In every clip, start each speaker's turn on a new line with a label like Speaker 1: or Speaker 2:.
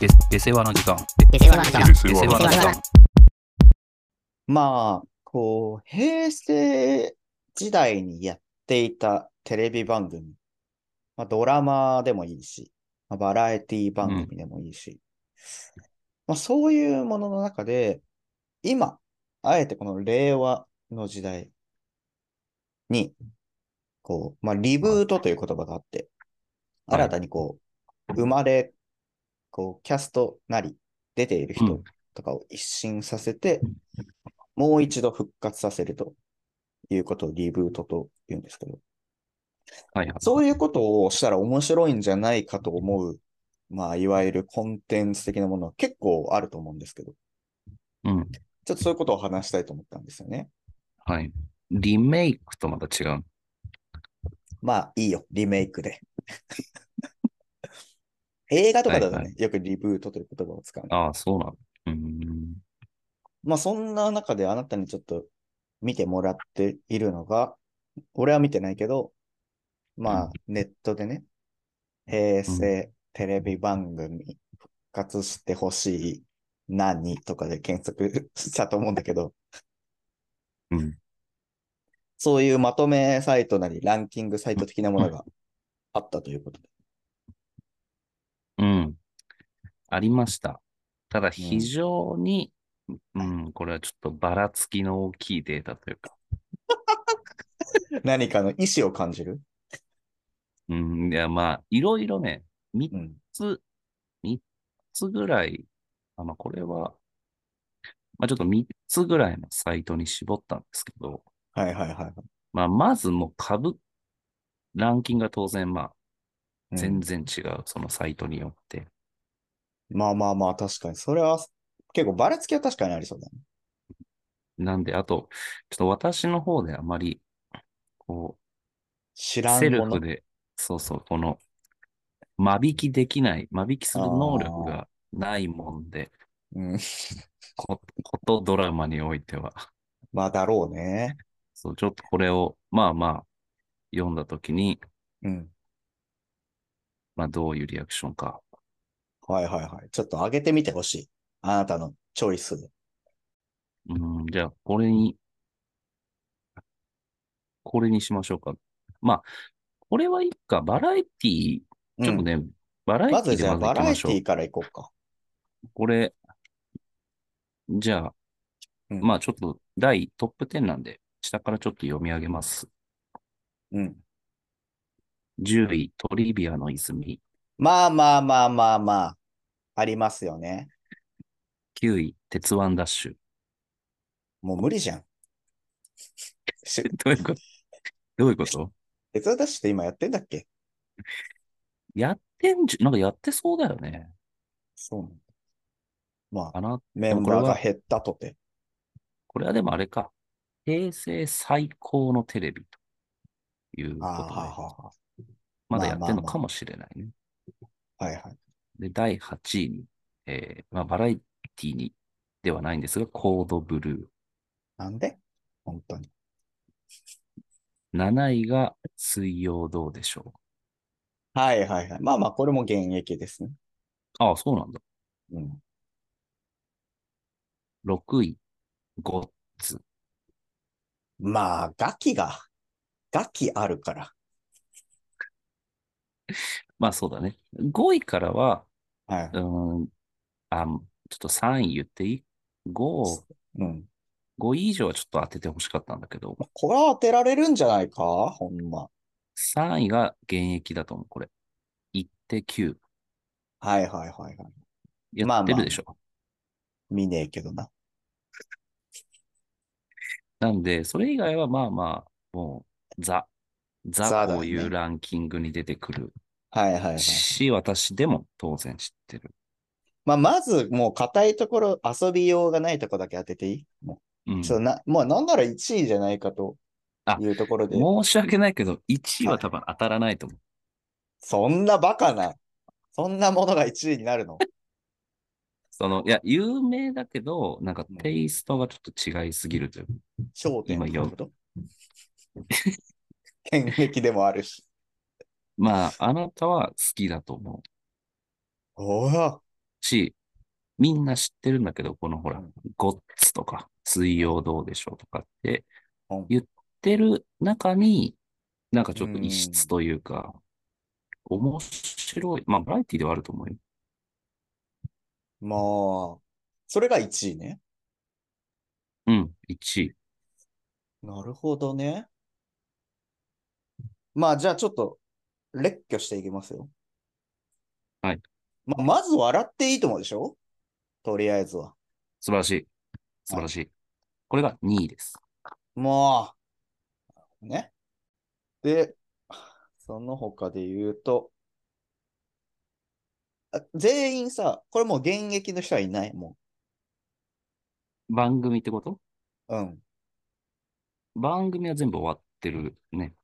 Speaker 1: で、で世話の時間。
Speaker 2: で世話の時間
Speaker 3: で
Speaker 1: で
Speaker 3: 世
Speaker 1: 世話
Speaker 3: 話
Speaker 1: の
Speaker 3: の時
Speaker 1: 時
Speaker 3: 間。
Speaker 1: 間。
Speaker 4: まあ、こう、平成時代にやっていたテレビ番組、まあ、ドラマでもいいし、まあ、バラエティ番組でもいいし、まあ、そういうものの中で、今、あえてこの令和の時代に、こう、まあ、リブートという言葉があって、
Speaker 1: はい
Speaker 4: 新たにこう、生まれ、こう、キャストなり、出ている
Speaker 1: う
Speaker 4: 人
Speaker 1: ん
Speaker 4: とかを一新させて、もう一度復活させるということをリブートと言うんですけど、
Speaker 1: はいはい。
Speaker 4: そういうことをしたら面白いんじゃないかと思う、まあ、いわゆるコンテンツ的なものは結構あると思うんですけど、
Speaker 1: うん。
Speaker 4: ちょっとそういうことを話したいと思ったんですよね。
Speaker 1: はい。リメイクとまた違う。
Speaker 4: まあ、いいよ、リメイ クで。映画とかだとね、
Speaker 1: はいは
Speaker 4: よくリブートという言葉を使うんで
Speaker 1: ああ、そうなの。うーん。
Speaker 4: まあ、そんな中であなたにちょっと見てもらっているのが、俺は見てないけど、
Speaker 1: う
Speaker 4: まあ
Speaker 1: ん、
Speaker 4: ネットでね、平成テレビ番組復活してほしい何とかで検索 したと思うんだけど、
Speaker 1: うん
Speaker 4: そういうまとめサイトなりランキングサイト的なものがあったということで。
Speaker 1: うん。ありました。ただ、非常に、うん、これはちょっとばらつきの大きいデータというか、
Speaker 4: 何かの意思を感じる
Speaker 1: うん、いや、まあ、いろいろね、3
Speaker 4: うん。
Speaker 1: つ、三つぐらい、あまあ、これは、まあ、ちょっと3つぐらいのサイトに絞ったんですけど、
Speaker 4: はいはいはい。
Speaker 1: まあ、まずもう株、ランキングが当然、まあ、
Speaker 4: うん
Speaker 1: 全然違う、そのサイトによって。
Speaker 4: まあまあまあ、確かに。それは、結構ばらつきは確かにありそうだね。
Speaker 1: なんで、あと、ちょっと私の方であまり、こ
Speaker 4: 知
Speaker 1: う、
Speaker 4: らん
Speaker 1: セル
Speaker 4: もの
Speaker 1: フ。で、そうそう、この、間引きできない、間引きする能力がないもんで、
Speaker 4: うん、
Speaker 1: こことドラマにおいては。
Speaker 4: まあ、だろうね。
Speaker 1: そう、ちょっとこれを、まあまあ、読んだときに、
Speaker 4: うん。
Speaker 1: まあ、どういうリアクションか。
Speaker 4: はいはいはい。ちょっと上げてみてほしい。あなたのチョイス。
Speaker 1: うん、じゃあ、これに、これにしましょうか。まあ、これはいいか。バラエティ、
Speaker 4: うん
Speaker 1: ちょっとね、バラエテ
Speaker 4: ま
Speaker 1: ィ
Speaker 4: ず
Speaker 1: で
Speaker 4: じゃあ、
Speaker 1: まず
Speaker 4: バ
Speaker 1: 行き
Speaker 4: ラエ
Speaker 1: ま
Speaker 4: テ
Speaker 1: しょう。
Speaker 4: ィからいこうか。
Speaker 1: これ、じゃあ、
Speaker 4: うん
Speaker 1: まあ、ちょっと、第トップ10なんで、下からちょっと読み上げます。
Speaker 4: うん。
Speaker 1: 10位、トリビアの泉。
Speaker 4: まあまあまあまあまあ、ありますよね。
Speaker 1: 9位、鉄腕ダッシュ。
Speaker 4: もう無理じゃん。し
Speaker 1: どういうことどういうこと
Speaker 4: 手伝い出しって今やってんだっけ
Speaker 1: やってんじゃ、なんかやってそうだよね。
Speaker 4: そうなんだ。まあ、
Speaker 1: あな、
Speaker 4: メンバーが減ったとて。
Speaker 1: これはでもあれか。平成最高のテレビというこ
Speaker 4: ああ、は
Speaker 1: とで、
Speaker 4: あはあは
Speaker 1: まだやってんの
Speaker 4: まあまあまあ
Speaker 1: かもしれないね。
Speaker 4: あ。はいはい。
Speaker 1: で、第8位に、えーまあ、バラエティにではないんですが、コードブル
Speaker 4: なんで本当に。
Speaker 1: ー。7位が水曜どうでしょ
Speaker 4: はいはいはい。まあまあ、これも現役ですね。
Speaker 1: う。ああ、そうなんだ。
Speaker 4: うん。
Speaker 1: 6位、ゴッツ。
Speaker 4: まあ、ガキが、ガキあるから。
Speaker 1: まあそうだね。5位からは、
Speaker 4: はい。
Speaker 1: うーん、あ、ちょっと3位言っていい ?5、
Speaker 4: うん。
Speaker 1: 5位以上はちょっと当ててほしかったんだけど、
Speaker 4: これは当てられるんじゃないかほんま。
Speaker 1: 3位が現役だと思う、これ。一手9。
Speaker 4: はいはいはいはい。ま
Speaker 1: や
Speaker 4: あ
Speaker 1: っ
Speaker 4: ま
Speaker 1: て
Speaker 4: あ
Speaker 1: るでしょ。
Speaker 4: 見ねえけどな。
Speaker 1: なんで、それ以外はまあまあ、もう、ザ、ザ、
Speaker 4: ザだよね
Speaker 1: こういうランキングに出てくる
Speaker 4: はいはいはい。
Speaker 1: し、私でも当然知ってる。
Speaker 4: まあ、まず、もう硬いところ、遊びようがないとこだけ当てていいも
Speaker 1: う
Speaker 4: う、
Speaker 1: ん、
Speaker 4: そうな、もうなんなら1位じゃないかと
Speaker 1: あ
Speaker 4: いうところで、
Speaker 1: 申し訳ないけど、1位は多分当たらないと思う。
Speaker 4: そんなバカな、そんなものが1位になるの
Speaker 1: その、いや、有名だけど、なんか
Speaker 4: うん
Speaker 1: テイストがちょっと違いすぎるという。
Speaker 4: 焦点
Speaker 1: 今
Speaker 4: って
Speaker 1: よ
Speaker 4: こと 演劇でもあるし。
Speaker 1: まあ、あなたは好きだと思
Speaker 4: おお、
Speaker 1: し、みんな知ってるんだけど、このほ
Speaker 4: う
Speaker 1: ら
Speaker 4: ん、
Speaker 1: ゴッツとか、水曜どうでしょうとかって
Speaker 4: うん
Speaker 1: 言ってる中に、なんかちょっと異質というか、面白い。まあ、バラエティではあると思うよ。
Speaker 4: まあ、それが1位ね。
Speaker 1: うん、1位。
Speaker 4: なるほどね。まあ、じゃあちょっと、列挙していきますよ。
Speaker 1: はい。
Speaker 4: まあ、まず笑っていいと思うでしょとりあえずは。
Speaker 1: 素晴らしい。素晴らしい。これが2位です。
Speaker 4: もう、ね。で、その他で言うと、あ全員さ、これもう現役の人はいない、も
Speaker 1: 番組ってこと
Speaker 4: う。うん。
Speaker 1: 番組は全部終わってるね。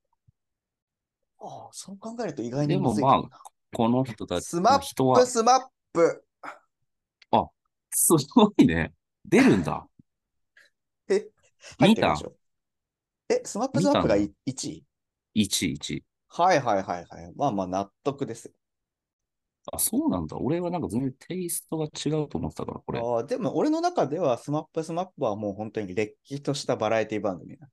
Speaker 4: ああ、そう考えると意外に
Speaker 1: でも
Speaker 4: むずい
Speaker 1: まあ
Speaker 4: かな
Speaker 1: この人たち
Speaker 4: スマ
Speaker 1: の
Speaker 4: ッ
Speaker 1: 人
Speaker 4: プ
Speaker 1: は、
Speaker 4: スマップ。
Speaker 1: すごいね。出るんだ。
Speaker 4: え、入っ
Speaker 1: 見
Speaker 4: てるで
Speaker 1: た
Speaker 4: しょえ、スマップスマップが1位
Speaker 1: ?1 位、1位。
Speaker 4: はいはいはいはい。まあまあ納得ですよ。
Speaker 1: あ、そうなんだ。俺はなんか全然テイストが違うと思ってたから、これ。
Speaker 4: ああ、でも俺の中ではスマップスマップはもう本当にれっきとしたバラエティ番組だ。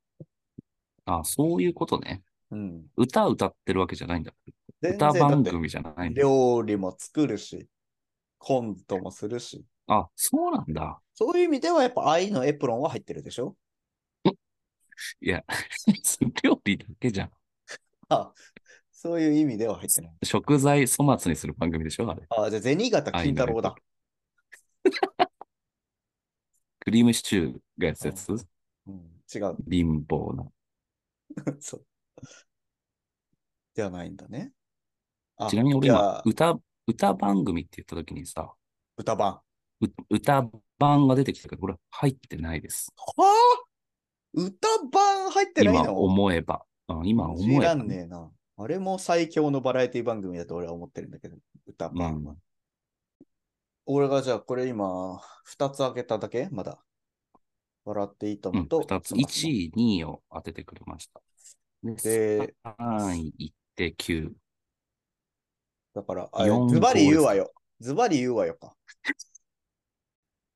Speaker 1: あ、そういうことね。
Speaker 4: うん。
Speaker 1: 歌歌ってるわけじゃないんだ。
Speaker 4: 全
Speaker 1: 歌
Speaker 4: 然だっ
Speaker 1: 番
Speaker 4: て
Speaker 1: 組じゃないんだ。
Speaker 4: 料理も作るし、コントもするし。
Speaker 1: あ、そうなんだ。
Speaker 4: そういう意味ではやっぱ愛のエプロンは入ってるでしょ
Speaker 1: いや、 料理だけじゃん。
Speaker 4: あそういう意味では入ってない。
Speaker 1: 食材粗末にする番組でしょあれ。
Speaker 4: ああ、じゃあ銭形金太郎だ。
Speaker 1: クリームシチューがやつやつ、
Speaker 4: うん、違う。
Speaker 1: 貧乏な。
Speaker 4: そう。ではないんだね。あ
Speaker 1: ちなみに俺
Speaker 4: じゃ
Speaker 1: 今
Speaker 4: あ、
Speaker 1: 歌、歌番組って言った時にさ、
Speaker 4: 歌番。
Speaker 1: う歌版が出てきたけど、これ入ってないです。
Speaker 4: はあ歌版入ってない
Speaker 1: 今
Speaker 4: の
Speaker 1: 思えば。あ今
Speaker 4: 知
Speaker 1: 思え
Speaker 4: ら
Speaker 1: ば
Speaker 4: ん
Speaker 1: ね、
Speaker 4: ねえな。あれも最強のバラエティ番組だと俺は思ってるんだけど、歌
Speaker 1: う
Speaker 4: 版。
Speaker 1: ん。
Speaker 4: 俺がじゃあこれ今、2つ開けただけまだ。笑っていいと
Speaker 1: う。
Speaker 4: 思うんと、
Speaker 1: 二つ。
Speaker 4: スマ
Speaker 1: 1
Speaker 4: スマ。
Speaker 1: 位、2位を当ててくれました。で、
Speaker 4: で
Speaker 1: 3位行って9。
Speaker 4: だから、あ
Speaker 1: 四
Speaker 4: ズバリ言うわ
Speaker 1: 五
Speaker 4: よ。ズバリ言うわよか。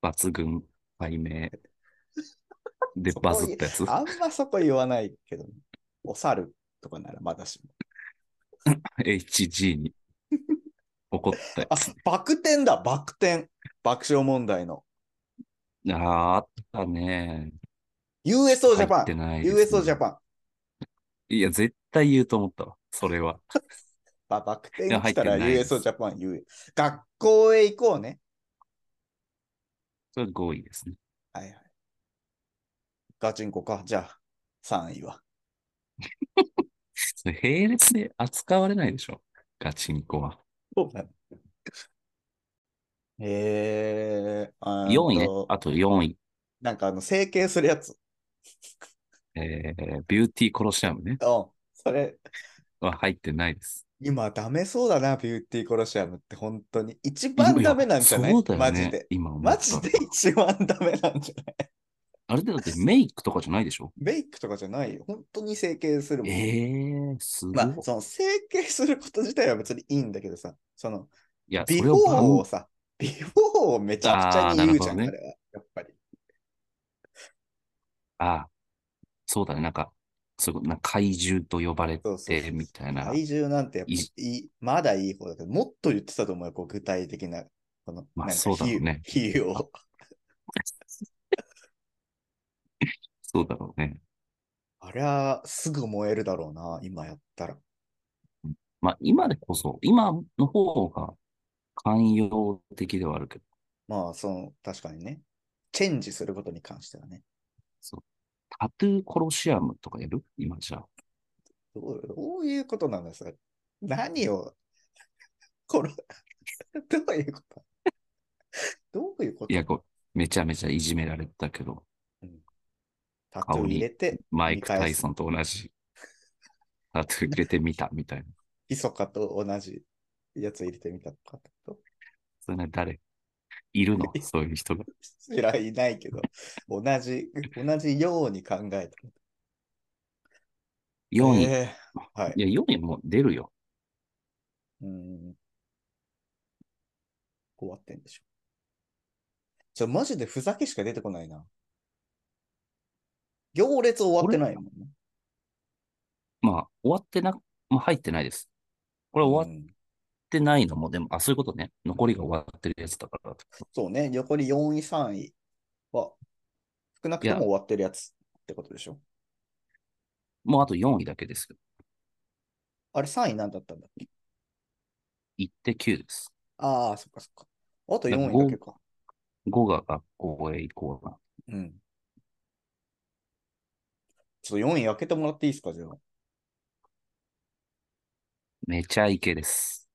Speaker 1: 抜群、解明。で、
Speaker 4: そこ
Speaker 1: バズったやつ。
Speaker 4: あんまそこ言わないけど、お猿とかならまだしも。
Speaker 1: HG に怒ったや
Speaker 4: あ
Speaker 1: つ。、
Speaker 4: バク転だ、バク転。爆笑問題の。
Speaker 1: ああ、あったね。
Speaker 4: USO ジャ
Speaker 1: 入
Speaker 4: パ
Speaker 1: って
Speaker 4: ン。
Speaker 1: ないです、
Speaker 4: USO ジャパン。
Speaker 1: いや、絶対言うと思ったわ。それは。
Speaker 4: あ、バク転
Speaker 1: いや
Speaker 4: 来たら
Speaker 1: 入ってないです
Speaker 4: USO ジャパン言うよ。学校へ行こうね。
Speaker 1: それ5位ですね。
Speaker 4: はいはい。ガチンコか。じゃあ、3位は。
Speaker 1: それ並列で扱われないでしょ。ガチンコは。
Speaker 4: そうなの。えー、あ
Speaker 1: 4位ね。
Speaker 4: と、
Speaker 1: あと4位。
Speaker 4: なんかあの、整形するやつ。
Speaker 1: えー、ビューティーコロシアムね。
Speaker 4: うん。それ、
Speaker 1: は入ってないです。
Speaker 4: 今ダメそうだな、ビューティーコロシアムって本当に。一
Speaker 1: 今
Speaker 4: 番ダメなんじゃない
Speaker 1: そうだよね。
Speaker 4: マジで。
Speaker 1: 今思った
Speaker 4: マジで一番ダメなんじゃない
Speaker 1: あれだってメイクとかじゃないでしょ
Speaker 4: メイクとかじゃないよ。本当に整形するもん。
Speaker 1: えー、すごい。
Speaker 4: まあ、その整形すること自体は別にいいんだけどさ、その、
Speaker 1: いや、
Speaker 4: ビ
Speaker 1: そ
Speaker 4: フ
Speaker 1: れ
Speaker 4: ォ
Speaker 1: を
Speaker 4: ーを
Speaker 1: 番
Speaker 4: さ、ビフォーをめちゃくちゃに言うじゃん、
Speaker 1: あーな
Speaker 4: あ
Speaker 1: るほどね
Speaker 4: れは。やっぱり。
Speaker 1: あ、そうだね。なんか、そういうことなんか怪獣と呼ばれ
Speaker 4: そうそうそ
Speaker 1: て
Speaker 4: う
Speaker 1: みたいな。
Speaker 4: 体重なんてやっぱ
Speaker 1: い
Speaker 4: いい、まだいい方だけど、もっと言ってたと思うよ、こう具体的な、この、
Speaker 1: まあ
Speaker 4: なんか
Speaker 1: そうだろうね
Speaker 4: 比喩比喩を。
Speaker 1: そうだろうね。
Speaker 4: あれはすぐ燃えるだろうな、今やったら。
Speaker 1: まあ今でこそ、今の方が寛容的ではあるけど、
Speaker 4: まあ、その、確かにね。チェンジすることに関してはね。
Speaker 1: そうタトゥーコロシアムとかやる今じゃあ。
Speaker 4: どうどういうことなんですか何を、この、 どういうことどういうこと
Speaker 1: いや、こう、めちゃめちゃいじめられたけど、
Speaker 4: タトゥー入れて、
Speaker 1: マイク・
Speaker 4: 見
Speaker 1: タ
Speaker 4: 返
Speaker 1: イ
Speaker 4: す
Speaker 1: ソンと同じタトゥー入れてみたみたいな。
Speaker 4: ヒソカと同じやつ入れてみたとかってこ
Speaker 1: それね、誰いるのそういう人が。
Speaker 4: と知らいないけど、同じ、同じように考えた。
Speaker 1: 4位。
Speaker 4: えーはい。
Speaker 1: いや、4位もう出るよ。
Speaker 4: うん終わってんでしょ。ちょ、マジでふざけしか出てこないな。行列終わってないもんね。
Speaker 1: まあ、終わってな、まあ、入ってないです。これ終わっ
Speaker 4: うん
Speaker 1: てないのも、でも、あ、そういうことね。残りが終わってるやつだから。
Speaker 4: そうね、残り4位、3位は、少なくとも終わってるやつってことでしょ。
Speaker 1: もうあと4位だけですよ。
Speaker 4: あれ3位なんだったんだっけ
Speaker 1: 行って9です。
Speaker 4: ああ、そっかそっか。あと
Speaker 1: だ
Speaker 4: 4位だけか。
Speaker 1: 5が学校へ行こうな。
Speaker 4: うん。ちょっと4位開けてもらっていいですか、じゃ
Speaker 1: めちゃイケです。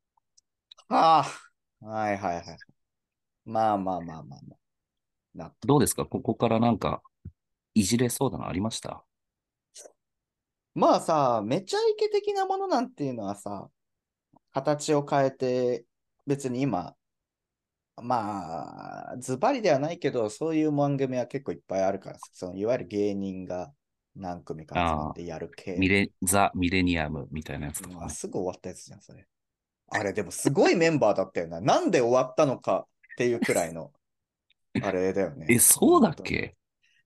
Speaker 4: あ。はあ。はいはいはい。まあまあまあまあまあ。な
Speaker 1: どうですかここからなんか、いじれそうなのありました
Speaker 4: まあさ、めちゃイケ的なものなんていうのはさ、形を変えて、別に今、まあ、ズバリではないけど、そういう番組は結構いっぱいあるからさ、そのいわゆる芸人が何組か集まってやる系。
Speaker 1: ミレ、ザ・ミレニアムみたいなやつと
Speaker 4: ま
Speaker 1: か
Speaker 4: あ、
Speaker 1: ね。
Speaker 4: すぐ終わったやつじゃん、それ。あれ、でもすごいメンバーだったよな。なんで終わったのかっていうくら いの、あれだよね。
Speaker 1: え、そうだっけ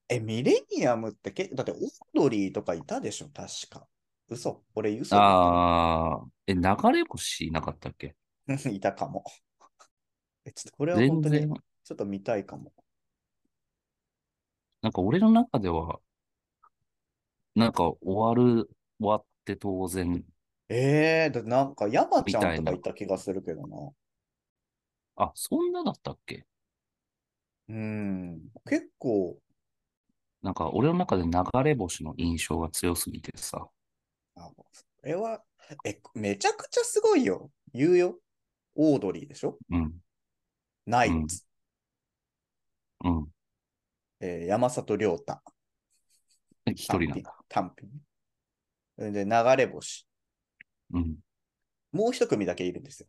Speaker 4: え、ミレニアムってけ、だってオードリーとかいたでしょ、確か。嘘。俺、嘘だっ
Speaker 1: ああ、え、流れ星なかったっけ
Speaker 4: たの いたかも。え、ちょっとこれは
Speaker 1: 全
Speaker 4: 本当に
Speaker 1: 然、、
Speaker 4: ちょっと見たいかも。
Speaker 1: なんか俺の中では、なんか終わる、終わって当然、
Speaker 4: えー、だってなんか山ちゃ
Speaker 1: み
Speaker 4: んとか
Speaker 1: たいない
Speaker 4: た気がするけどな。
Speaker 1: あ、そんなだったっけ
Speaker 4: うん。結構、
Speaker 1: なんか俺の中で流れ星の印象が強すぎてさ。
Speaker 4: あ、これは、え、めちゃくちゃすごいよ。言うよ。オードリーでしょ
Speaker 1: うん、
Speaker 4: ナイツ。
Speaker 1: うんうん。
Speaker 4: えー山里亮太。
Speaker 1: え一人な
Speaker 4: 単
Speaker 1: ん
Speaker 4: 品
Speaker 1: だ。。
Speaker 4: 単品。で、流れ星。
Speaker 1: うん。
Speaker 4: もう一組だけいるんです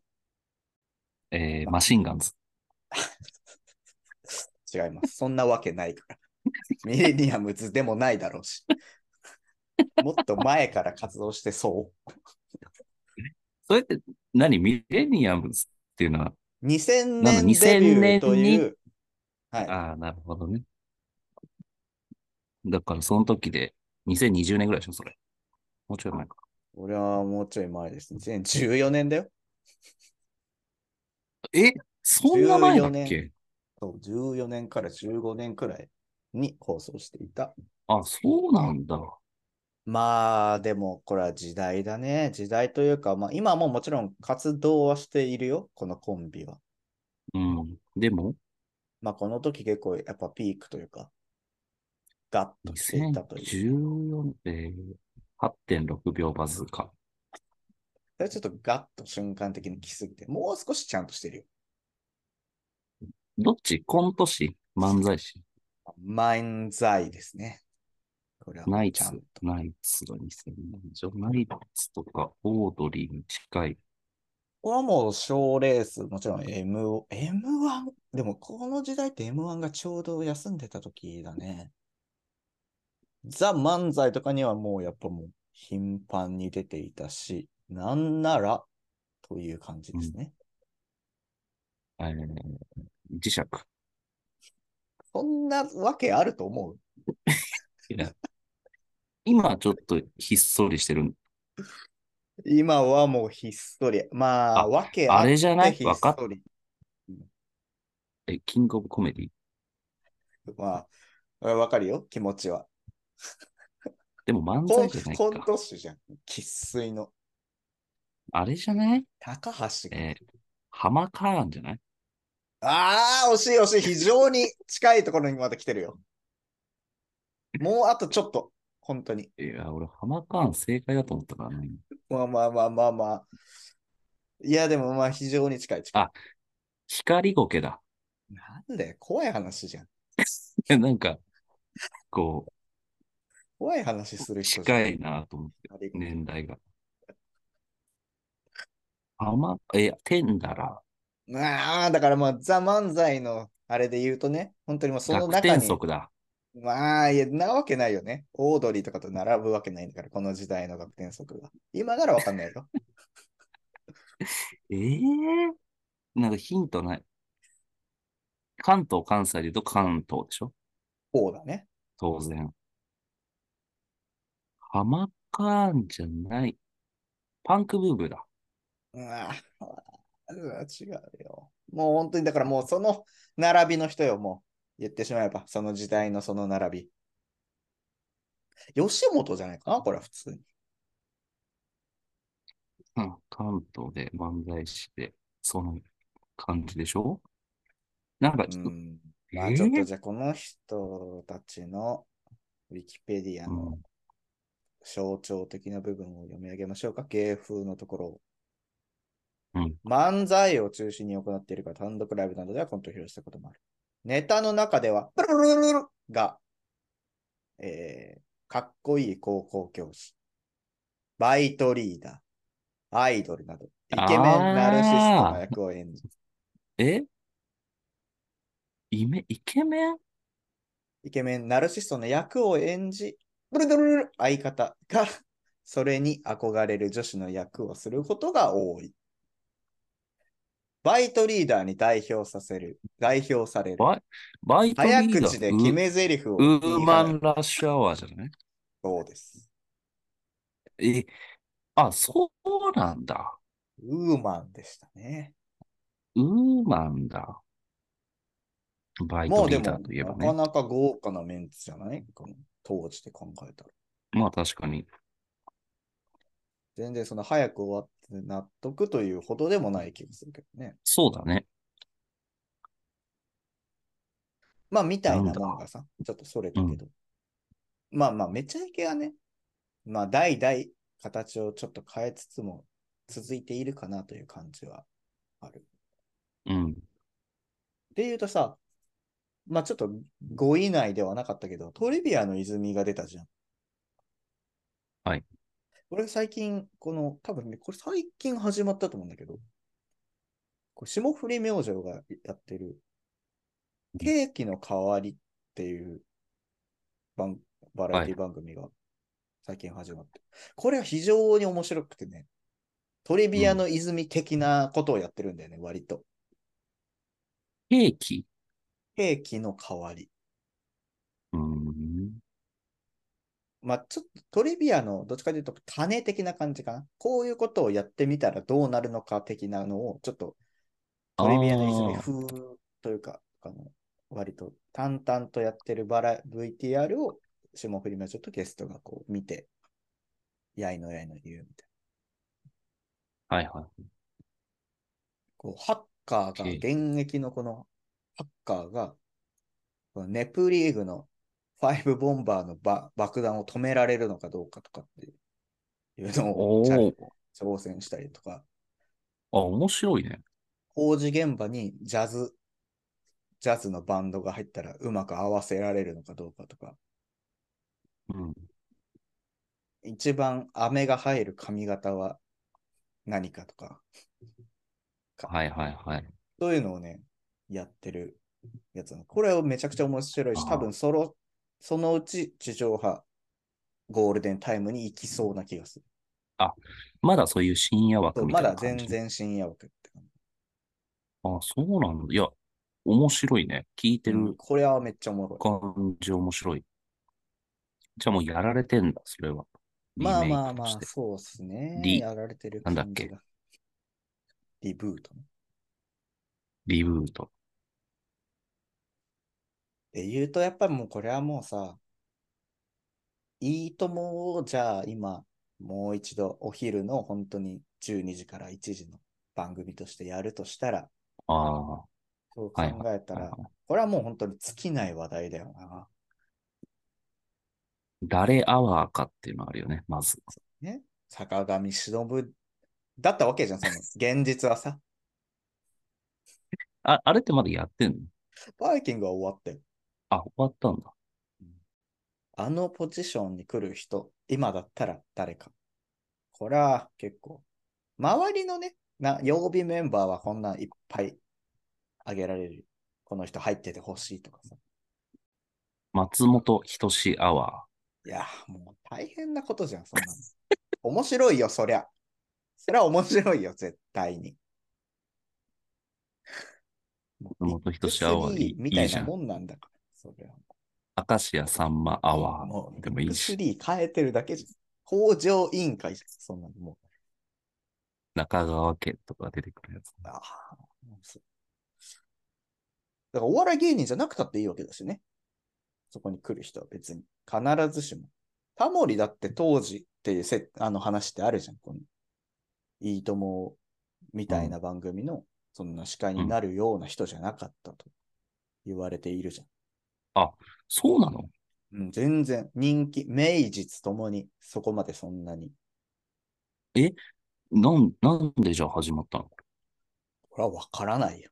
Speaker 1: えーマシンガンズ。
Speaker 4: よ。違い ます。そんなわけないから。ミレニアムズでもないだろうし。もっと前から活動してそ
Speaker 1: それって何ミレニアムズっていうのは、
Speaker 4: う。2000
Speaker 1: なの
Speaker 4: 年デビューとい
Speaker 1: 2000
Speaker 4: う。はい。
Speaker 1: ああ、なるほどね。だからその時で、2020年ぐらいでしょ、それ。もうちょい前か。
Speaker 4: 俺はもうちょい前です。2014年だよ。
Speaker 1: えそんな前だっ
Speaker 4: 14
Speaker 1: け
Speaker 4: そう14年から15年くらいに放送していた。
Speaker 1: あ、そうなんだ。
Speaker 4: まあ、でも、これは時代だね。時代というか、まあ、今ももちろん活動はしているよ、このコンビは。
Speaker 1: うん。でも、
Speaker 4: まあ、この時結構やっぱピークというか、ガッとしていたという。
Speaker 1: 2014で8.6秒バズーカ。
Speaker 4: それちょっとガッと瞬間的に来すぎて、もう少しちゃんとしてるよ。
Speaker 1: どっちコント師漫才師
Speaker 4: 漫才ですね。これは
Speaker 1: ナイ
Speaker 4: ちゃ
Speaker 1: ツ
Speaker 4: ん。、
Speaker 1: ナイツが2000年以上。ナイツとかオードリーに近い。
Speaker 4: これはもう賞レース、もちろん M、M1、でもこの時代って M1 がちょうど休んでた時だね。ザ・漫才とかにはもうやっぱもう頻繁に出ていたし、なんならという感じですね。
Speaker 1: えー磁石。
Speaker 4: そんなわけあると思う
Speaker 1: 今ちょっとひっそりしてる。
Speaker 4: 今はもうひっそり。まあ、
Speaker 1: あ
Speaker 4: わけ
Speaker 1: あれじゃない
Speaker 4: ひっ
Speaker 1: わかっ
Speaker 4: そり。
Speaker 1: え、キングオブコメディ。
Speaker 4: まあ、わかるよ、気持ちは。
Speaker 1: でも漫
Speaker 4: コン
Speaker 1: 才じゃない
Speaker 4: コン
Speaker 1: か。
Speaker 4: ト師じゃん。生粋の。
Speaker 1: あれじゃない
Speaker 4: 高橋が。
Speaker 1: えー、ハマカーンじゃない
Speaker 4: ああ、惜しい惜しい。非常に近いところにまた来てるよ。もうあとちょっと。本当に。
Speaker 1: いや、俺、ハマカーン正解だと思ったからね。
Speaker 4: まあまあまあまあまあ。いや、でもまあ非常に近い近い。
Speaker 1: あ光ゴケだ。
Speaker 4: なんだよ。怖い話じゃん。
Speaker 1: なんか、こ
Speaker 4: 怖い話す
Speaker 1: う、
Speaker 4: る人じゃん。
Speaker 1: 近いなと思って、
Speaker 4: あれ
Speaker 1: 年代が。ハマ、え、テンダラ
Speaker 4: まあ、だからまあ、ザ・漫才のあれで言うとね、本当にもうそ
Speaker 1: ー、
Speaker 4: の
Speaker 1: 逆
Speaker 4: 中
Speaker 1: 転
Speaker 4: に、
Speaker 1: 則だ。
Speaker 4: まあ、いや、なわけないよね。オードリーとかと並ぶわけないんだから、この時代の学天則が。今ならわかん ないよ。
Speaker 1: ええなんかヒントない。関東、関西で言うと関東でしょ
Speaker 4: こうだね。
Speaker 1: 当然。ハマカーンじゃない。パンクブーブーだ。
Speaker 4: うわ、うわ違うよ。もう本当に、だからもうその並びの人よ、もう。言ってしまえば、その時代のその並び。吉本じゃないかな、これは普通に。
Speaker 1: うん、関東で漫才師で、その感じでしょなんか
Speaker 4: う
Speaker 1: ちょっと、
Speaker 4: ん。ま
Speaker 1: え
Speaker 4: あ
Speaker 1: ー
Speaker 4: ちょっとじゃあこの人たちのウィキペディア
Speaker 1: う
Speaker 4: の
Speaker 1: ん
Speaker 4: 象徴的な部分を読み上げましょうか。芸風のところを。
Speaker 1: うん
Speaker 4: 漫才を中心に行っているから単独ライブなどではコントを披露したこともある。ネタの中では、プルルルルルが、えーかっこいい高校教師、バイトリーダー、アイドルなど、イケメンナルシストの役を演じ、
Speaker 1: えイメ、イケメン
Speaker 4: イケメンナルシストの役を演じ、ブルルルルル相方が、 それに憧れる女子の役をすることが多い。バイトリーダーに代表させる、代表される。
Speaker 1: バイバイトリーダ
Speaker 4: 早
Speaker 1: ー
Speaker 4: 口で決め台詞を
Speaker 1: ウ
Speaker 4: 言い
Speaker 1: ー
Speaker 4: 放
Speaker 1: マンラッシュアワーじゃない
Speaker 4: そうです。
Speaker 1: え、あ、そうなんだ。
Speaker 4: ウーマンでしたね。
Speaker 1: ウーマンだ。バイ
Speaker 4: も
Speaker 1: ト
Speaker 4: う
Speaker 1: リー
Speaker 4: で
Speaker 1: ダ
Speaker 4: も、
Speaker 1: ーといえば
Speaker 4: な
Speaker 1: ね
Speaker 4: か。なか豪華なメンツじゃないこの当時で考えたら。
Speaker 1: まあ確かに。
Speaker 4: 全然その早く終わって納得というほどでもない気がするけどね。
Speaker 1: そうだね。
Speaker 4: まあ、みたい
Speaker 1: な
Speaker 4: なん
Speaker 1: だ
Speaker 4: もんがさ、ちょっとそれたけど。まあまあ、めちゃイケはね、まあ、代々形をちょっと変えつつも続いているかなという感じはある。
Speaker 1: うん。
Speaker 4: で言うとさ、まあちょっと5位以内ではなかったけど、トリビアの泉が出たじゃん。
Speaker 1: はい。
Speaker 4: 俺最近、この、多分ね、これ最近始まったと思うんだけど、これ霜降り明星がやってる、
Speaker 1: うん
Speaker 4: ケーキの代わりっていう番バラエティ番組が最近始まって、これが非常に面白くてね、トリビアの泉的なことをやってるんだよね、割と。
Speaker 1: ケーキ
Speaker 4: ケーキの代わり。
Speaker 1: うーん。
Speaker 4: まあ、ちょっとトリビアのどっちかというと種的な感じかな。こういうことをやってみたらどうなるのか的なのを、ちょっとトリビアの泉
Speaker 1: あー
Speaker 4: 風というか、あの割と淡々とやってるバラ VTR を霜降り明星とゲストがこう見て、やいのやいの言うみたいな。
Speaker 1: はいはい。
Speaker 4: こうハッカーが、
Speaker 1: ええ
Speaker 4: 現役のこのハッカーが、このネプリーグのファイブボンバーのば爆弾を止められるのかどうかとかっていうのをチャレン
Speaker 1: おお。
Speaker 4: 挑戦したりとか、
Speaker 1: あ、面白いね。
Speaker 4: 工事現場にジャズ、ジャズのバンドが入ったらうまく合わせられるのかどうかとか、
Speaker 1: うん。
Speaker 4: 一番飴が入る髪型は何かとか、
Speaker 1: はいはいはい。
Speaker 4: そういうのをね、やってるやつなのこれはめちゃくちゃ面白いし、
Speaker 1: あー
Speaker 4: 多分その、そのうち地上波ゴールデンタイムに行きそうな気がする。
Speaker 1: まだそういう深夜
Speaker 4: そ
Speaker 1: 枠
Speaker 4: う
Speaker 1: みた
Speaker 4: ま
Speaker 1: いな
Speaker 4: だ
Speaker 1: 感
Speaker 4: 全
Speaker 1: じ。
Speaker 4: 然深夜枠って感じ、
Speaker 1: あ、そうなんだ。いや、面白いね。聞いて
Speaker 4: うん
Speaker 1: る
Speaker 4: これはめっちゃおもろい。
Speaker 1: 感じ面白い。じゃあもうやられてんだ、それは。リ
Speaker 4: まあ
Speaker 1: メイ
Speaker 4: まあ
Speaker 1: クと
Speaker 4: ま
Speaker 1: し
Speaker 4: あ、
Speaker 1: て。
Speaker 4: そうっすね。
Speaker 1: リ
Speaker 4: やられてる
Speaker 1: なんだっ
Speaker 4: 感じ
Speaker 1: け
Speaker 4: が。リブートね。
Speaker 1: リブート。
Speaker 4: で言うと、やっぱりもうこれはもうさ、いいともをじゃあ今、もう一度お昼の本当に12時から1時の番組としてやるとしたら、
Speaker 1: ああ。は
Speaker 4: そう考
Speaker 1: はい
Speaker 4: えた
Speaker 1: いはい
Speaker 4: ら、これはもう本当に尽きない話題だよな。
Speaker 1: 誰アワーかっていうのあるよね、まず。
Speaker 4: ね。坂上忍だったわけじゃん、その現実はさ。
Speaker 1: あ、あれってまだやってんの
Speaker 4: バイキングは終わったよ。
Speaker 1: あ、終わったんだ。
Speaker 4: あのポジションに来る人、今だったら誰か。これは結構、周りのね、な曜日メンバーはこんなんいっぱいあげられる。この人入っててほしいとかさ。
Speaker 1: 松本人志アワ
Speaker 4: いや、もう大変なことじゃん、そんなの。 面白いよ、そりゃ。そりゃ面白いよ、絶対に。
Speaker 1: もともと
Speaker 4: ビ
Speaker 1: 人志ア
Speaker 4: ッ
Speaker 1: ワー
Speaker 4: グスリ
Speaker 1: い
Speaker 4: ー
Speaker 1: い
Speaker 4: み
Speaker 1: い
Speaker 4: た
Speaker 1: い
Speaker 4: い
Speaker 1: じゃ。
Speaker 4: なんもんなんだから、それは。
Speaker 1: 明石家さんまアワ
Speaker 4: も
Speaker 1: ー
Speaker 4: う、
Speaker 1: で
Speaker 4: ビ
Speaker 1: も
Speaker 4: ッ
Speaker 1: い
Speaker 4: グ
Speaker 1: いし
Speaker 4: ス、リー変えてるだけじゃん。工場委員会じゃん、そんなのもう。
Speaker 1: 中川家とか出てくるやつ。
Speaker 4: ああ、そうだからお笑い芸人じゃなくたっていいわけだしね。そこに来る人は別に。必ずしも。タモリだって当時っていうせあの話ってあるじゃん。このいいともみたいな番組の、そんな司会になるような人じゃなかったと言われているじゃん。
Speaker 1: そうなの
Speaker 4: うん、全然人気、名実ともにそこまでそんなに。
Speaker 1: なん、なんでじゃあ始まったの
Speaker 4: これはわからないよ。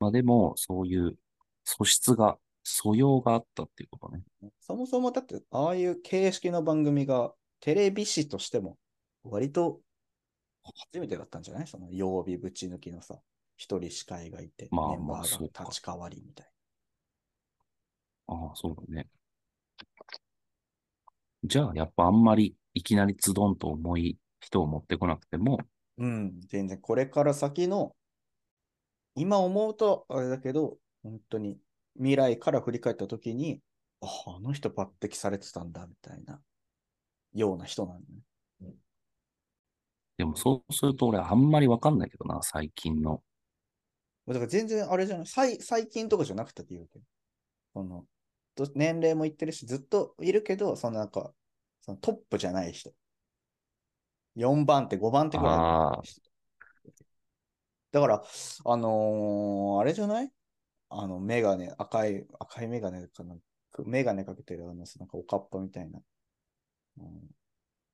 Speaker 1: まあでも、そういう素質が、素養があったっていうことね。
Speaker 4: そもそもだって、ああいう形式の番組がテレビ誌としても割と初めてだったんじゃないその曜日ぶち抜きのさ、一人司会がいて、
Speaker 1: まあ
Speaker 4: メン
Speaker 1: ま
Speaker 4: バ
Speaker 1: あ
Speaker 4: ー
Speaker 1: そう
Speaker 4: が
Speaker 1: か
Speaker 4: 立ち代わりみたい
Speaker 1: ああ、そうだね。じゃあ、やっぱあんまりいきなりズドンと重い人を持ってこなくても、
Speaker 4: な。うん、全然これから先の、今思うとあれだけど、本当に未来から振り返った時に、ああの人抜擢されてたんだみたいなような人なんだね。
Speaker 1: でもそうすると俺あんまりわかんないけどな、最近の。
Speaker 4: だから全然あれじゃない、最最近とかじゃなくて言うけど、そのど年齢もいってるし、ずっといるけど、そのなんか、そのトップじゃない人。4番手、5番手ぐらい
Speaker 1: ああ
Speaker 4: の人。だから、あのーあれじゃないあの、メガネ、赤い、赤いメガネかな。くメガネかけてる、あの、なんかおかっぱみたいな。うん、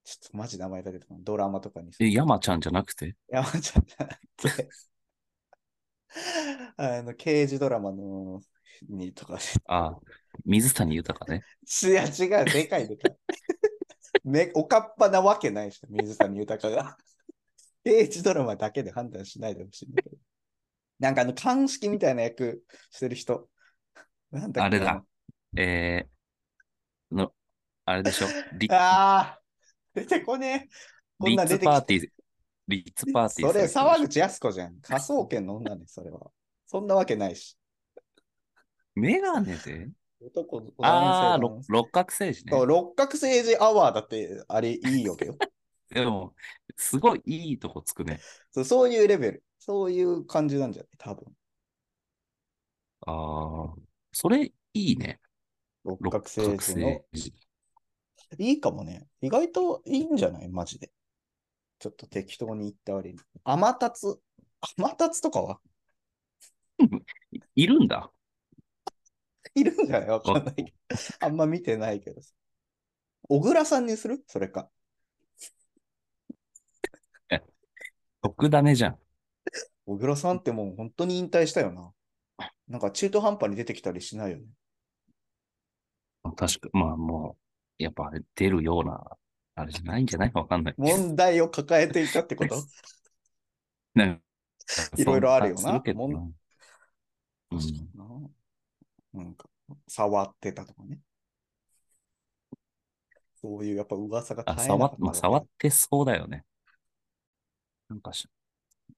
Speaker 4: ちょっとマジ名前が出てこない。ドラマとかにさ
Speaker 1: え、山ちゃんじゃなくて
Speaker 4: 山ちゃんじゃなくて、あの、刑事ドラマの、にとか、
Speaker 1: ああ、水谷豊ね。
Speaker 4: いや、違う、でかいでかい。 めおかっぱなわけないし、水谷豊が。 刑事ドラマだけで判断しないでほしいんだけど。なんかあの、鑑識みたいな役してる人。なんだっけ
Speaker 1: あれだ。えー、の、あれでしょリ、
Speaker 4: ああー、出てこねえ。こん
Speaker 1: リ
Speaker 4: な
Speaker 1: ッ
Speaker 4: 出
Speaker 1: ツ
Speaker 4: て
Speaker 1: パー
Speaker 4: き
Speaker 1: ティー、リッツパーティーさ
Speaker 4: それ、
Speaker 1: れて
Speaker 4: 沢
Speaker 1: るでしょ
Speaker 4: 口靖子じゃん。科捜研の女ね、それは。そんなわけないし。
Speaker 1: メガネで
Speaker 4: 男、男性
Speaker 1: ああ、
Speaker 4: 男性
Speaker 1: ろ六角星人ね
Speaker 4: そう、。六角政治アワーだって、あれ、いいわけ よ。
Speaker 1: でも、すごいいいとこつくね。
Speaker 4: そうそういうレベル。そういう感じなんじゃない多分。
Speaker 1: ああ、それいいね。
Speaker 4: 六
Speaker 1: 六
Speaker 4: 角
Speaker 1: 角
Speaker 4: 政治の
Speaker 1: 星。人。
Speaker 4: いいかもね。意外といいんじゃないマジで。ちょっと適当に言った割に。天達。天達とかはい
Speaker 1: るんだ。
Speaker 4: いるん じゃないわかんないけど。あんま見てないけどさ。小倉さんにするそれか。
Speaker 1: 特ダネじゃん。
Speaker 4: 小倉さんってもう本当に引退したよな。なんか中途半端に出てきたりしないよね。
Speaker 1: 確か、まあもう、やっぱあれ出るような、あれじゃないんじゃない かわかんない。
Speaker 4: 問題を抱えていたってこと
Speaker 1: なんか
Speaker 4: いろいろあるよな
Speaker 1: そんすけど
Speaker 4: も
Speaker 1: うん
Speaker 4: 確かにな。なんか、触ってたとかね。そういう、やっぱ噂が
Speaker 1: あ、
Speaker 4: 絶え
Speaker 1: 触
Speaker 4: な
Speaker 1: っ
Speaker 4: か、った
Speaker 1: まあ、触
Speaker 4: わけ
Speaker 1: ってそうだよね。なんかし、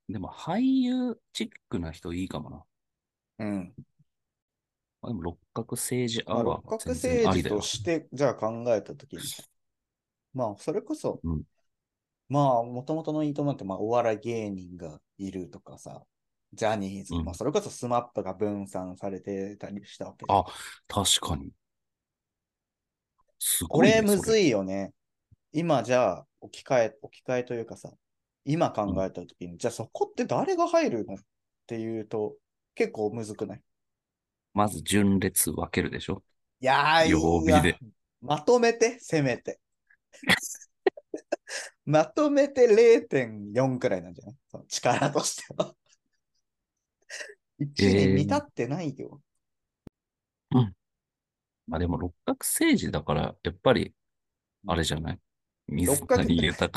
Speaker 1: でも俳優チックな人いいかもな。
Speaker 4: うん。
Speaker 1: あでも六角政治ア
Speaker 4: ま
Speaker 1: ワ
Speaker 4: あ、
Speaker 1: ー
Speaker 4: 六
Speaker 1: は全
Speaker 4: 角
Speaker 1: 然
Speaker 4: 政
Speaker 1: あり
Speaker 4: 治
Speaker 1: だよ
Speaker 4: と。して、じゃあ考えたときに、まあ、それこそ、
Speaker 1: うん
Speaker 4: まあ、もともとのいいともって、まあ、お笑い芸人がいるとかさ、ジャニーズ、
Speaker 1: うん
Speaker 4: まあ、それこそスマップが分散されてたりしたわけで。
Speaker 1: あ、確かに。す
Speaker 4: こ
Speaker 1: ごい、ね。
Speaker 4: れむ
Speaker 1: そ
Speaker 4: ずいよね。今じゃあ置き換え、置き換えというかさ、今考えたときに、じゃあそこって誰が入るのっていうと、結構むずくない
Speaker 1: まず順列分けるでしょ
Speaker 4: いやー、
Speaker 1: 曜
Speaker 4: い
Speaker 1: 日
Speaker 4: や
Speaker 1: で。
Speaker 4: まとめて、せめて。 まとめて0.4くらいなんじゃないその力として は。1に
Speaker 1: えー
Speaker 4: 見立ってないよ。
Speaker 1: まあでも六角政治だから、やっぱり、あれじゃない水
Speaker 4: 六角
Speaker 1: 谷豊。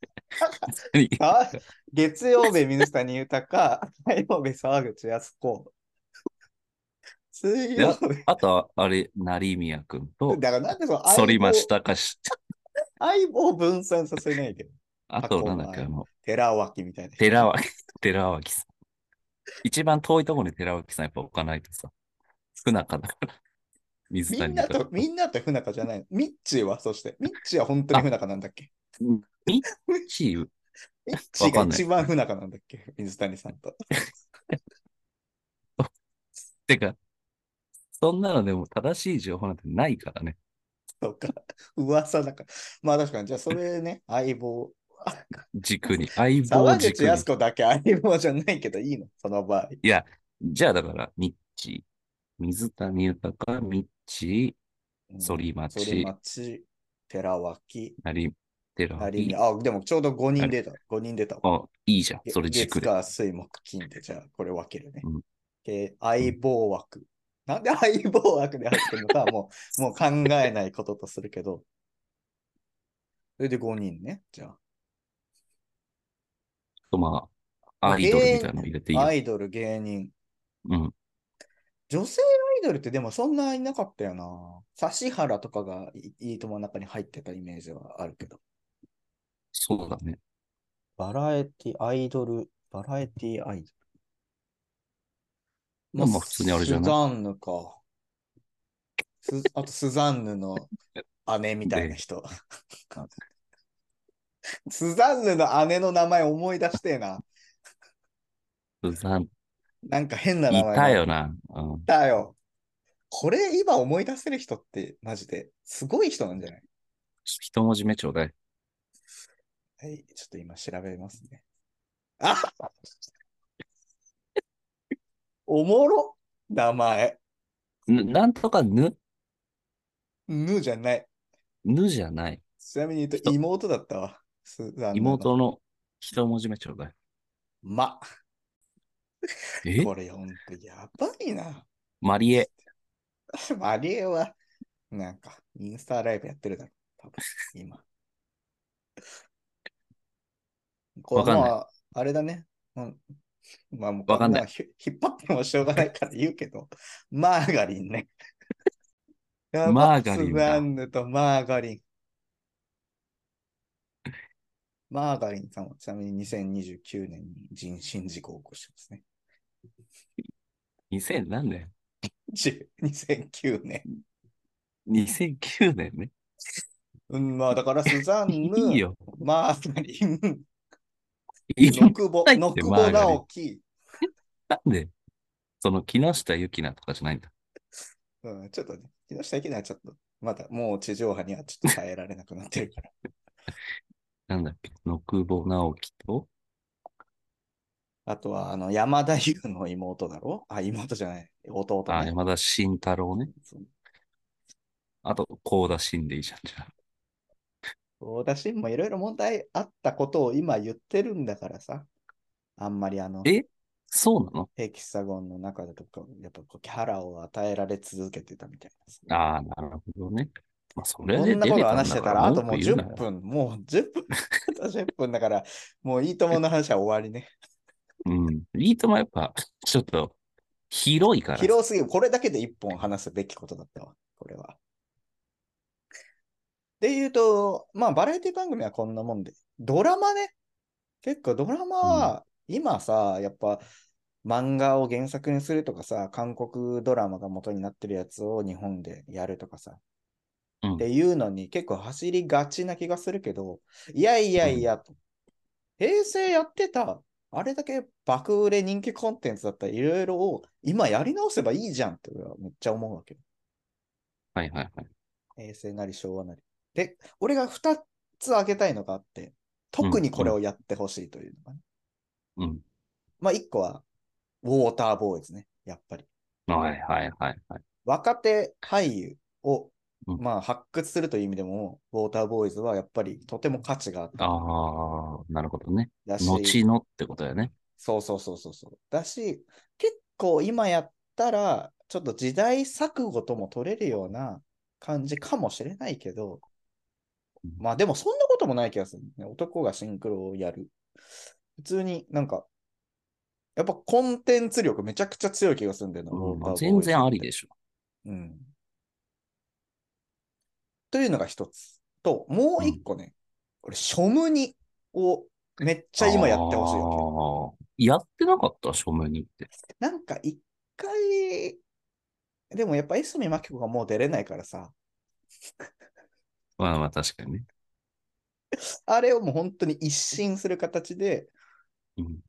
Speaker 1: 水谷豊
Speaker 4: あ月曜日、水谷豊か、 火曜日、沢口靖子。水曜日。
Speaker 1: あとは、あれ、成宮くんと、
Speaker 4: だからなんでその
Speaker 1: 反
Speaker 4: 相棒
Speaker 1: 町隆史。
Speaker 4: 相棒を分 散させないで。
Speaker 1: あと、なんだっけ、あの、
Speaker 4: 寺脇みたいな人。
Speaker 1: 寺脇、寺脇さん。一番遠いところに寺脇さんやっぱ置かないとさ、不仲だから。 水
Speaker 4: み
Speaker 1: 谷
Speaker 4: んなと、みんなと不仲じゃないの。ミッチーは、そして、ミッチーは本当に不仲なんだっ け
Speaker 1: うんミッチー、
Speaker 4: ミッチーが
Speaker 1: わかんない
Speaker 4: 一番不仲なんだっけ水谷さんと。
Speaker 1: てか、そんなのでも正しい情報なんてないからね。
Speaker 4: そうか。噂だから。まあ確かに、じゃあそれ ね、相棒。
Speaker 1: 軸に、相棒
Speaker 4: 沢
Speaker 1: 軸
Speaker 4: 口
Speaker 1: に
Speaker 4: 靖。子だけ相棒じゃないけどいいの、その場合。
Speaker 1: いや、じゃあだから、ミッチー、水谷豊、ミッチ
Speaker 4: うん
Speaker 1: 反町
Speaker 4: 反町、寺脇、
Speaker 1: ー、なり、寺
Speaker 4: 成
Speaker 1: 脇
Speaker 4: 宮。。あ、でもちょうど5人出た。5人出たわ。
Speaker 1: あ、いいじゃん。それ
Speaker 4: 月
Speaker 1: 軸で。
Speaker 4: 火水木金で、じゃあこれ分けるね
Speaker 1: うん。
Speaker 4: で、相棒枠。なんで相棒枠で入ってるのか はもう、もう考えないこととするけど。それで5人ね、じゃあ。
Speaker 1: とまあ、アイドルみたいなの入れていいよ
Speaker 4: ア。イドル、芸人。
Speaker 1: うん。
Speaker 4: 女性アイドルってでもそんないなかったよな。指原とかがいいいともの中に入ってたイメージはあるけど。
Speaker 1: そうだね。
Speaker 4: バラエティアイドル、バラエティアイドル。
Speaker 1: まあまあ普通にあれじゃない
Speaker 4: スザンヌか。すあとスザンヌの姉みたいな人。 スザンヌの姉の名前思い出してえな。
Speaker 1: うざん、い
Speaker 4: なんか変な名前だ
Speaker 1: たよな。うん
Speaker 4: い。たよ。これ今思い出せる人ってマジですごい人なんじゃない
Speaker 1: 一文字目ちょうだい。
Speaker 4: はい、ちょっと今調べますね。あ おもろ名前。
Speaker 1: ぬなんとかぬ、
Speaker 4: ぬじゃない。
Speaker 1: ぬじゃない。
Speaker 4: ちなみに言うと
Speaker 1: 人
Speaker 4: 妹だったわ。スザンナの
Speaker 1: 妹。の一文字目ちょうだい。
Speaker 4: ま。
Speaker 1: え
Speaker 4: これほんとやばいな。
Speaker 1: マリエ。
Speaker 4: マリエは、なんか、インスタライブやってるだろ。多分 今。こ
Speaker 1: わかんない
Speaker 4: まああれだね。うん、まあ、もう
Speaker 1: わかんない
Speaker 4: こひ引っ張ってもしょうがないから言うけど、マーガリン ね。やば
Speaker 1: マーガリン
Speaker 4: ス
Speaker 1: だ
Speaker 4: ザンヌとマーガリン。マーガリンさんはちなみに2029年に人身事故を起こしてますね。
Speaker 1: 2000何年
Speaker 4: 10 2009年。
Speaker 1: ?2009 年ね。
Speaker 4: うん、まあだからスザンヌ、
Speaker 1: いいよ。
Speaker 4: マーガリン、
Speaker 1: いい
Speaker 4: ノクボ、
Speaker 1: 入って
Speaker 4: ノクボ
Speaker 1: マーガリン
Speaker 4: 直樹、
Speaker 1: なんで、その木下ゆきなとかじゃないんだ。
Speaker 4: うん、ちょっとね、木下ゆきなはちょっと、まだもう地上波にはちょっと変えられなくなってるから。
Speaker 1: なんだっけ、野久保直樹と、
Speaker 4: あとは、あの、山田優の妹だろあ、妹じゃない、弟
Speaker 1: あ、
Speaker 4: ね。
Speaker 1: 山田慎太郎ね。あと、高田慎でいいじゃん。じゃあ
Speaker 4: そう私もいろいろ問題あったことを今言ってるんだからさ、あんまりあの、
Speaker 1: えそうなの
Speaker 4: ヘキサゴンの中でとか、やっぱこうキャラを与えられ続けてたみたいなさ。
Speaker 1: ああ、なるほどね。まあ、それ
Speaker 4: こ
Speaker 1: で
Speaker 4: んな
Speaker 1: 出
Speaker 4: こ
Speaker 1: れ
Speaker 4: と
Speaker 1: たんだ
Speaker 4: 話して
Speaker 1: か
Speaker 4: た
Speaker 1: ら
Speaker 4: ら、あともう
Speaker 1: 文句言な
Speaker 4: 10分、もう10分、 あと10分だから、もういいともの話は終わりね。
Speaker 1: ようん。いいともやっぱ、ちょっと、広いから。
Speaker 4: 広すぎる、これだけで1本話すべきことだったわ、これは。で言うと、まあ、バラエティ番組はこんなもんで、ドラマね、結構ドラマは、今さ、やっぱ、漫画を原作にするとかさ、韓国ドラマが元になってるやつを日本でやるとかさ、
Speaker 1: うん
Speaker 4: っていうのに結構走りがちな気がするけど、いやいやいやと、平成やってた、あれだけ爆売れ人気コンテンツだったいろいろを今やり直せばいいじゃんって俺はめっちゃ思うわけよ。
Speaker 1: はいはいはい。
Speaker 4: 平成なり昭和なり。で、俺が2つ挙げたいのがあって、特にこれをやってほしいというのがね。
Speaker 1: うん。
Speaker 4: まあ1個は、ウォーターボーイズね、やっぱり。
Speaker 1: はいはいはいはい。
Speaker 4: 若手俳優を、
Speaker 1: うん
Speaker 4: まあ、発掘するという意味でも、ウォーターボーイズはやっぱりとても価値があっ
Speaker 1: あ
Speaker 4: た
Speaker 1: あ、なるほどね。
Speaker 4: だし、
Speaker 1: 後のってことだよね。
Speaker 4: そうそうそうそうそう。だし、結構今やったら、ちょっと時代錯誤とも取れるような感じかもしれないけど
Speaker 1: うん、
Speaker 4: まあでもそんなこともない気がする、ね。男がシンクロをやる。普通になんか、やっぱコンテンツ力めちゃくちゃ強い気がするんだよな、ウォーターボーイズって
Speaker 1: 全然ありでしょ。
Speaker 4: うん。というのが一つ。と、もう一個ね、これ、ショムニをめっちゃ今やってほしいわけ。
Speaker 1: ほやってなかった、署名にって。
Speaker 4: なんか一回、でもやっぱ江角真紀子がもう出れないからさ、
Speaker 1: まあまあ確かにね。
Speaker 4: あれをもう本当に一新する形で、
Speaker 1: うん。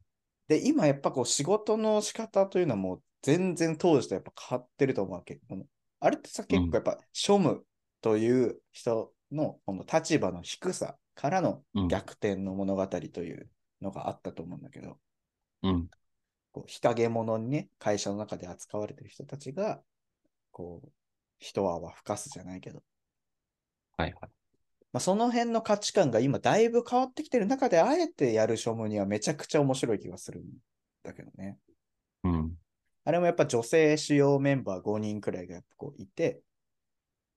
Speaker 4: で、今やっぱこう仕事の仕方というのはもう全然当時とやっぱ変わってると思うわけ。このあれってさ、結構やっぱ庶務という人のこの立場の低さからの
Speaker 1: うん。
Speaker 4: 逆転の物語というのがあったと思うんだけど、
Speaker 1: うん。
Speaker 4: こう日陰者にね、会社の中で扱われてる人たちが、こう、一泡吹かすじゃないけど、
Speaker 1: はいはい。
Speaker 4: まあ、その辺の価値観が今だいぶ変わってきてる中で、あえてやる書務にはめちゃくちゃ面白い気がするんだけどね。
Speaker 1: うん。
Speaker 4: あれもやっぱ女性主要メンバー5人くらいがやっぱこういて、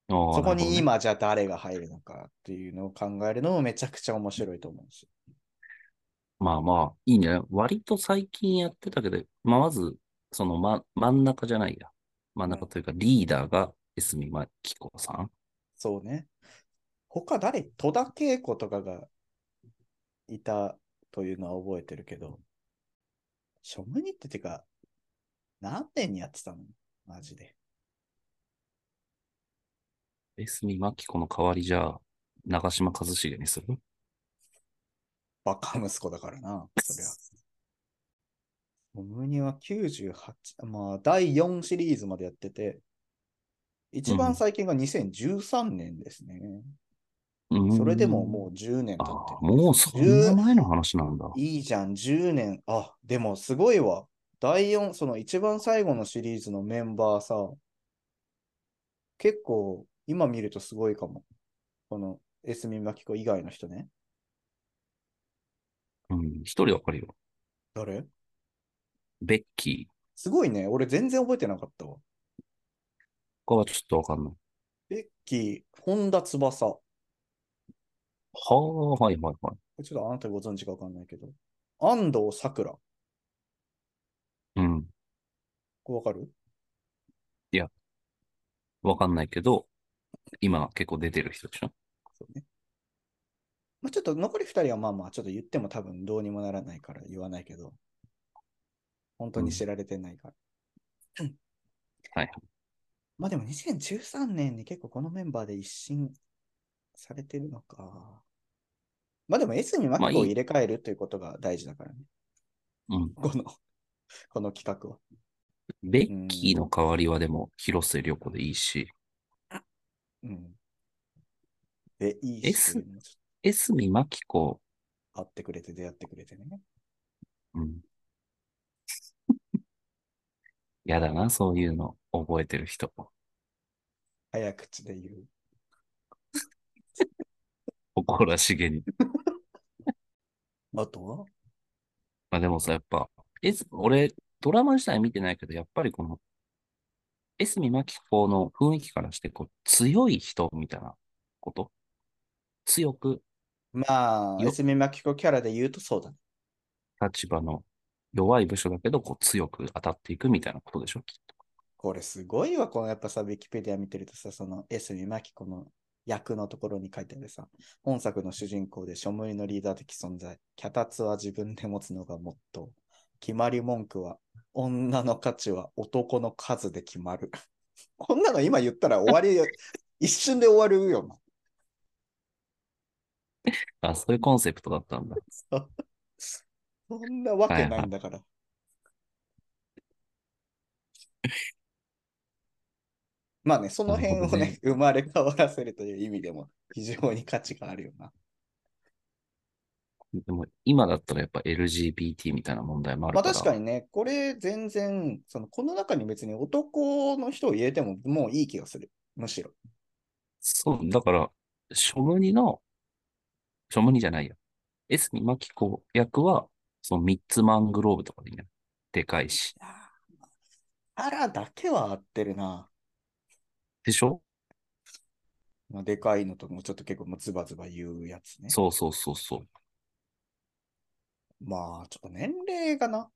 Speaker 1: ああ
Speaker 4: そこ
Speaker 1: なる
Speaker 4: に。
Speaker 1: ほどね
Speaker 4: 今じゃあ誰が入るのかっていうのを考えるのもめちゃくちゃ面白いと思うし。
Speaker 1: まあまあ、いいんじゃない割と最近やってたけど、まあまず、その、ま、真ん中じゃないや。真ん中というか、リーダーが、江角真紀子さん。
Speaker 4: そうね。他誰戸田恵子とかがいたというのは覚えてるけど、書務にっててか、何年にやってたのマジで。
Speaker 1: 江角真紀子の代わりじゃあ、長嶋一茂にする
Speaker 4: バカ息子だからな、そりゃ。オムニは98、まあ、第4シリーズまでやってて、一
Speaker 1: う
Speaker 4: 番
Speaker 1: ん
Speaker 4: 最近が2013年ですね。
Speaker 1: うん
Speaker 4: それでももう10年経って
Speaker 1: ああ
Speaker 4: る。
Speaker 1: もうそんな前の話なんだ。
Speaker 4: いいじゃん、10年。あ、でもすごいわ。第4、その一番最後のシリーズのメンバーさ、結構今見るとすごいかも。この、エスミン・マキコ以外の人ね。
Speaker 1: うん、一人わかるよ。
Speaker 4: 誰
Speaker 1: ベッキー
Speaker 4: すごいね。俺全然覚えてなかったわ。
Speaker 1: 他はちょっとわかんない。
Speaker 4: ベッキー、本田翼。こ
Speaker 1: はあ、はいはいはい。
Speaker 4: れちょっとあなたご存知かわかんないけど。安藤サクラ。
Speaker 1: うん、
Speaker 4: これわかる
Speaker 1: わかんないけど、今結構出てる人でしょ
Speaker 4: そうね。まあ、ちょっと残り2人はまあまあ、ちょっと言っても多分どうにもならないから言わないけど、本当に知られてないから。
Speaker 1: はい。
Speaker 4: まあでも2013年に結構このメンバーで一新されてるのか。まあでも S にマ
Speaker 1: まあ
Speaker 4: ッ
Speaker 1: い
Speaker 4: ク
Speaker 1: い
Speaker 4: を入れ替えるということが大事だからね。
Speaker 1: うん。
Speaker 4: この、この企画は。
Speaker 1: ベッキーの代わりはでも、広末涼子でいいし、
Speaker 4: うん。で、いい
Speaker 1: S
Speaker 4: し、ちょっ
Speaker 1: 江角真紀子、
Speaker 4: と会ってくれて出会ってくれてね。
Speaker 1: うん。 やだな、そういうの、覚えてる人。
Speaker 4: 早口で言う。
Speaker 1: 誇らしげに。
Speaker 4: あとは
Speaker 1: まあでもさ、やっぱ、え、俺、ドラマ自体見てないけど、やっぱりこの、江角真紀子の雰囲気からして、こう、強い人みたいなこと強く
Speaker 4: まあ、
Speaker 1: よ
Speaker 4: S ミマキコキャラで言うとそうだね。
Speaker 1: 立場の弱い部署だけど、こう、強く当たっていくみたいなことでしょきっと。
Speaker 4: これすごいわ、このやっぱさ、ウィキペディア見てるとさ、その S にマキコの役のところに書いてあるさ、本作の主人公で書類のリーダー的存在、脚立は自分で持つのがモットー。決まり文句は、女の価値は男の数で決まる。 こんなの今言ったら終わりよ、一瞬で終わるよな。
Speaker 1: あ、そういうコンセプトだったんだ。
Speaker 4: そんなわけないんだから。 まあね、その辺
Speaker 1: な
Speaker 4: を
Speaker 1: るほど
Speaker 4: ね
Speaker 1: ね、
Speaker 4: 生まれ変わらせるという意味でも非常に価値があるよな。
Speaker 1: でも、今だったらやっぱ LGBT みたいな問題もある
Speaker 4: まあ
Speaker 1: から。
Speaker 4: 確かにね、これ全然、そのこの中に別に男の人を入れてももういい気がする。むしろ。
Speaker 1: そう、だから、ショムニの、ショムニじゃないよ。エスミマキコ役は、その三つマングローブとかでいいんじゃないでかいし。
Speaker 4: あらだけは合ってるな。
Speaker 1: でしょ
Speaker 4: まあ、でかいのともちょっと結構もうズバズバ言うやつね。
Speaker 1: そうそうそうそう。
Speaker 4: まあちょっと年齢がな、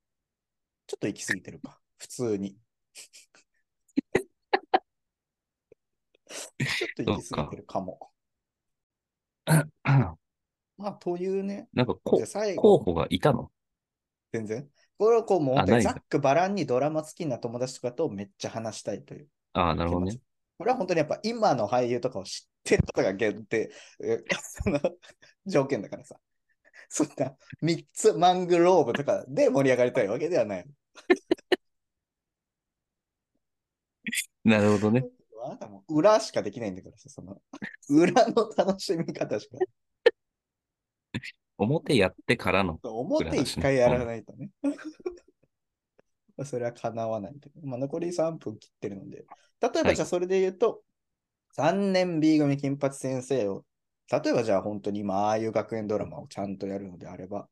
Speaker 4: ちょっと行き過ぎてるか。普通に。 ちょっと行き過ぎてるかも。
Speaker 1: な
Speaker 4: まあというね、
Speaker 1: んか
Speaker 4: じゃあ
Speaker 1: こ、
Speaker 4: 最後、
Speaker 1: 候補がいたの
Speaker 4: 全然。これはこう、もう
Speaker 1: あ
Speaker 4: 本当
Speaker 1: 何
Speaker 4: にざ
Speaker 1: が
Speaker 4: っくばらんにドラマ好きな友達とかとめっちゃ話したいという
Speaker 1: ああ、なる
Speaker 4: 気
Speaker 1: ほど
Speaker 4: 持
Speaker 1: ね
Speaker 4: ち。。これは本当にやっぱ今の俳優とかを知ってるとかが限定、えその条件だからさ。そんな3つマングローブとかで盛り上がりたいわけではない。
Speaker 1: なるほどね。
Speaker 4: あなたもう裏しかできないんだからさ、その裏の楽しみ方しか。
Speaker 1: 表やってからの。
Speaker 4: 表一回やらないとね。 それは叶わないという。まあ、残り3分切ってるので。例え
Speaker 1: は
Speaker 4: ば、
Speaker 1: い
Speaker 4: じゃあそれで言うと、3年 B 組金八先生を、例えばじゃあ本当に今、ああいう学園ドラマをちゃんとやるのであれば、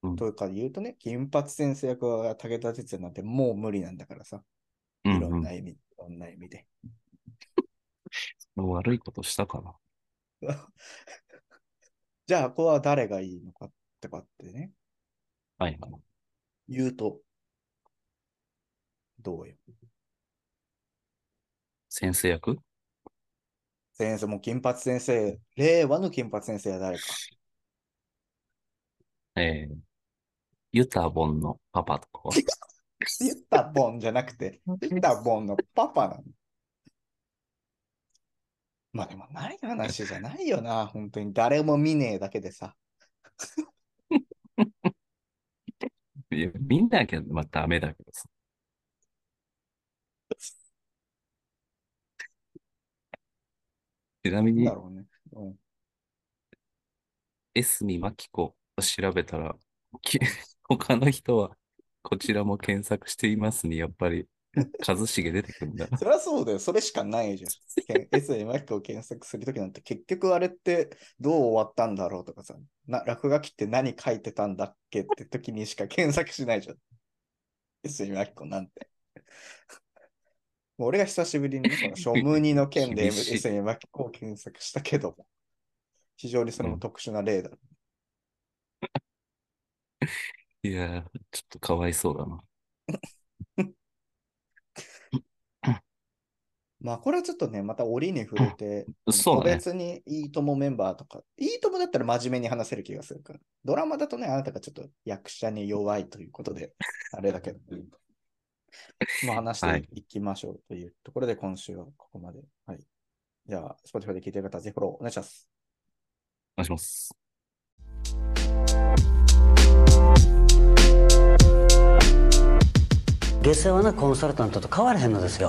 Speaker 1: うん
Speaker 4: というか言うとね、金八先生役は武田鉄矢なんてもう無理なんだからさ、
Speaker 1: う
Speaker 4: い
Speaker 1: ん、
Speaker 4: ろ
Speaker 1: うんん。
Speaker 4: な意味、いろんな意味で。
Speaker 1: 悪いことしたかな。
Speaker 4: じゃあ、ここは誰がいいのかとかってね、
Speaker 1: はい。
Speaker 4: 言うと、どうよ。
Speaker 1: 先生役
Speaker 4: 先生、もう金八先生、令和の金八先生は誰か。
Speaker 1: えー、ユタボンのパパとかは。
Speaker 4: 言ったボンじゃなくて、言ったボンのパパなの。まあでもない話じゃないよな、本当に。誰も見ねえだけでさ。
Speaker 1: いやみんなきゃ、まあ、ダメだけどさ。ちなみ
Speaker 4: なん
Speaker 1: に
Speaker 4: だ、ろうね。うん、
Speaker 1: 江角真紀子を調べたら、き 他の人は、こちらも検索していますに、やっぱり、一茂出てくるんだな。
Speaker 4: そりゃそうだよ、それしかないじゃん。けん S にマキコを検索するときなんて、結局あれってどう終わったんだろうとかさ、な落書きって何書いてたんだっけってときにしか検索しないじゃん。S にマキコなんて。もう俺が久しぶりにね、その書無二の件で
Speaker 1: 厳しい
Speaker 4: S にマキコを検索したけども、非常にそれも特殊な例だ。
Speaker 1: いやー、ちょっとかわいそうだな。
Speaker 4: まあこれはちょっとね、また折に触れて、
Speaker 1: そう
Speaker 4: 個
Speaker 1: だね。
Speaker 4: 別にいいともメンバーとか、いいともだったら真面目に話せる気がするから。ドラマだとね、あなたがちょっと役者に弱いというこ とで、あれだけど、まあ話
Speaker 1: は
Speaker 4: し
Speaker 1: い
Speaker 4: ていきましょうというところで、今週はここまで。はい。じゃあ、Spotify で聞いてる方、ぜひフォローお願いします。
Speaker 1: お願いします。
Speaker 2: 下世話なコンサルタントと変わらへんのですよ